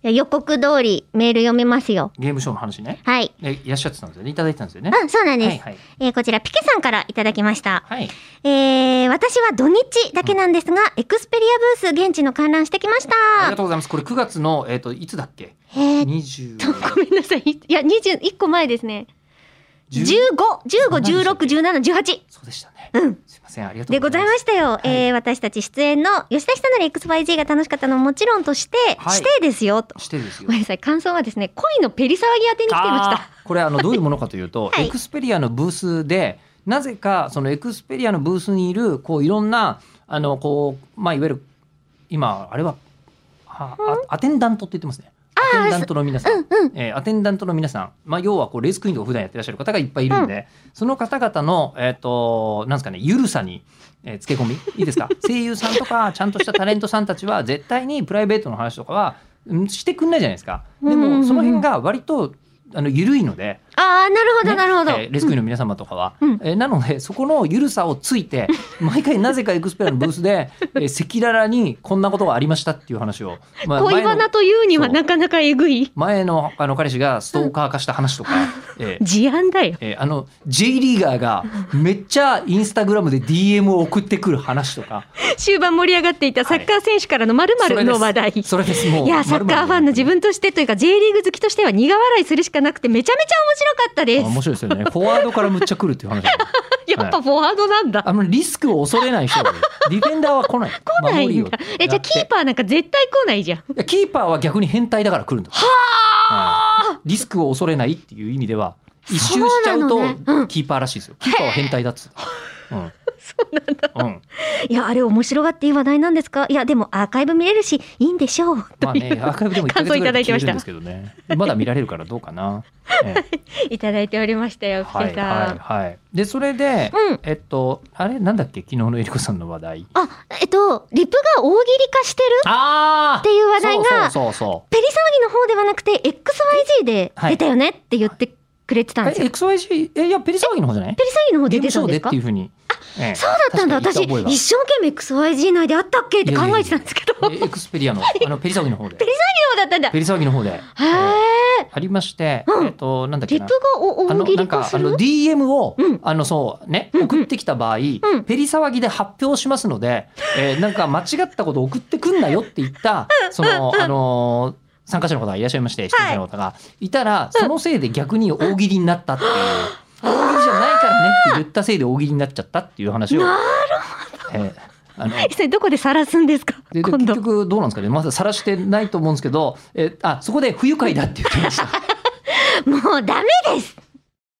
や予告通りメール読めますよ。ゲームショーの話ね。はい。え、いらっしゃってたんですよね。いただいてたんですよね。あ、そうなんです。はいはい。えーこちら、ピケさんからいただきました。はい。えー、私は土日だけなんですが、エクスペリアブース現地の観覧してきましありがた。とうございます。これ9月の、えっ、と、いつだっけえー、二十と、ごめんなさい。いや、21個前ですね。15、15、16、17、18。そうでしたね。うん。すいません。ありがとでうごござざいいます。ましたよ、いえー私たち出演の吉田久典 XYZ が楽しかったのももちろんとして、はいしてですよとしてですよごめ。んなさい感想はですね恋のペリ騒ぎ当てに来てましたあーこれ あのどういうものかというと、はいエクスペリアのブースでなぜかそのエクスペリアのブースにいるこういろんなあのこうまあいわゆる今あれはああアテンダントって言ってますね。アテンダントの皆さん、えーアテンダントの皆さん、まあ、要はこうレースクイーンを普段やってらっしゃる方がいっぱいいるんで、その方々の、えっとなんですかねゆるさに、えー、つけ込みいいで すか声優さんとかちゃんとしたタレントさんたちは絶対にプライベートの話とかはうんしてくんないじゃないですか。でうんうんうもんその辺が割とあの緩いので、ああーなるほど、ねなるほど、えーレスクイの皆様とかは、うんえーなのでそこの緩さをつ いて毎回なぜかエクスペラのブースでえー赤裸々にこんなことがありましたっていう話を、まあ恋前バナのというにはそうなかなかえぐい前のあの彼氏がストーカー化した話とか、えー事案だよえーあの J リーガーがめっちゃインスタグラムで DM を送ってくる話とか 終盤盛り上がっていたサッカー選手からのまるまそれるですの話題それですもういやサッカーファンの自分としてというか J リーグ好きとしては苦笑いするしかなくてめちゃめちゃ面白かったであ面白いですよねフォワードからむっちゃ来るっていう話だねす やっぱフォワードなんだ、あのリスクを恐れない人がいるディフェンダーは来ない。来ない守んりをだえじゃあキーパーなんか絶対来ないじゃんいやキーパーは逆に変態だから来るんだ。はあ、リスクを恐れないっていう意味では一周しちゃうそうなのねうとんキーパーらしいですよ。キーパーは変態だっつって た。うん。そうなんだ。いやあれ面白がっていい話題なんですかいやでもアーカイブ見れるしいいんでしょうまとあいう、ね、アーカイブでも一ヶ感月想いぐたらだいいて消まえるしんたですけどね。まだ見られるからどうか な。ええ いただいておりましたよ福はい井さはんいはい。でそれで、うんえっとあれなんだっけ昨日のえりこさんの話題。あえっとリプが大喜利化してるああ。っていう話題がそうそうそうペリ騒ぎの方ではなくて XYG で出たよねって言ってくれてたんですそう。よ、え XYG えいやペリ騒ぎの方じゃない？ペリ騒ぎの方でゲーム出シたョんーでですってかいうふうに。ええそうだったんだ確私かに言った覚えが一生懸命 XYG 内であったっけって考えてたんですけどいやいやいやエクスペリアの、あの、ペリ騒ぎの方で。ペそうだったんだへリ騒ぎの方で。えええありまして、うんえっと、なんだっけリプな。がお大あの、喜な利ん化か、すあるの、DM を、うんあの、そう、ね、うんうん送ってきた場合、んペリ騒ぎで発表しますので、えーなんか間違ったこと送ってくんなよって言った、その、あのー参加者の方がいらっしゃいまして、出演者の方が、いたら、そのせいで逆に大喜利になったっていう、大喜利じゃないからねって言ったせいで大喜利になっちゃったっていう話を、なえーあの、それどこで晒すんですかでで今結度局どうなんですかねまだ晒してないと思うんですけどえあそこで不愉快だって言ってましたもうダメです